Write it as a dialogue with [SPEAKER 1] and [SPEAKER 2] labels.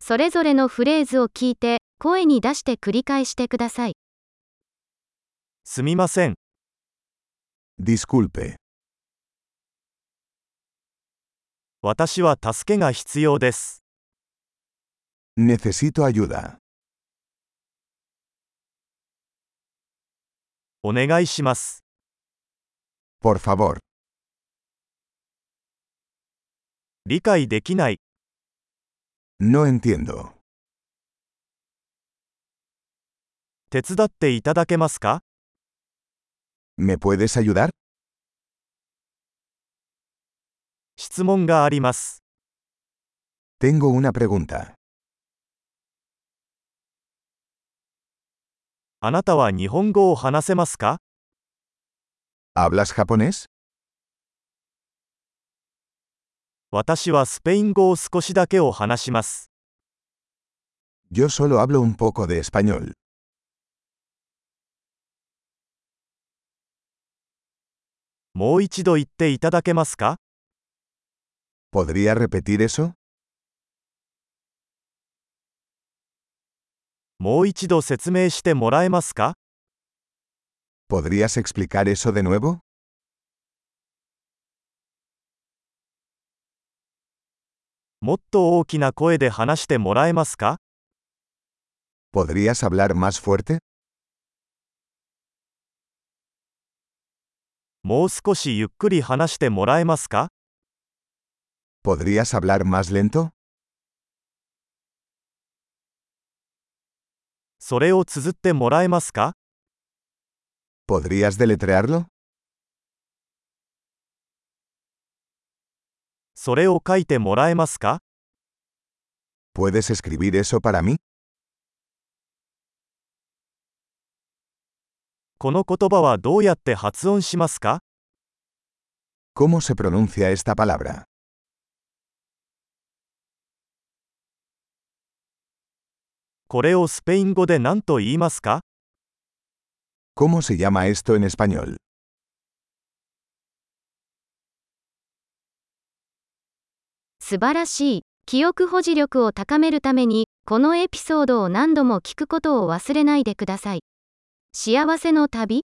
[SPEAKER 1] それぞれのフレーズを聞いて、声に出して繰り返してください。
[SPEAKER 2] すみません。
[SPEAKER 3] Disculpe,
[SPEAKER 2] 私は助けが必要です。
[SPEAKER 3] necesito ayuda.
[SPEAKER 2] お願いします。
[SPEAKER 3] Por favor,
[SPEAKER 2] 理解できない。
[SPEAKER 3] no entiendo.
[SPEAKER 2] 手伝っていただけますか
[SPEAKER 3] ¿Me puedes ayudar?
[SPEAKER 2] 質問があります。
[SPEAKER 3] Tengo una pregunta.
[SPEAKER 2] あなたは日本語を話せますか
[SPEAKER 3] ¿Hablas japonés?
[SPEAKER 2] 私はスペイン語を少しだけを話します。
[SPEAKER 3] Yo solo hablo un poco de español.
[SPEAKER 2] もう一度言っていただけますか
[SPEAKER 3] ¿Podría repetir eso?
[SPEAKER 2] もう一度説明してもらえますか
[SPEAKER 3] ¿Podrías explicar eso de nuevo?
[SPEAKER 2] もっと大きな声で話してもらえますか
[SPEAKER 3] ¿Podrías hablar más fuerte?
[SPEAKER 2] もう少しゆっくり話してもらえますか
[SPEAKER 3] ¿Podrías hablar más lento?
[SPEAKER 2] それを綴ってもらえますか
[SPEAKER 3] ¿Podrías deletrearlo?
[SPEAKER 2] それを書いてもらえますか
[SPEAKER 3] ¿Puedes escribir eso para mí?
[SPEAKER 2] この言葉はどうやって発音しますか
[SPEAKER 3] ¿Cómo se pronuncia esta palabra?
[SPEAKER 2] これをスペイン語で何と言いますか
[SPEAKER 3] ¿Cómo se llama esto en español?
[SPEAKER 1] 素晴らしい。記憶保持力を高めるために、このエピソードを何度も聞くことを忘れないでください。幸せの旅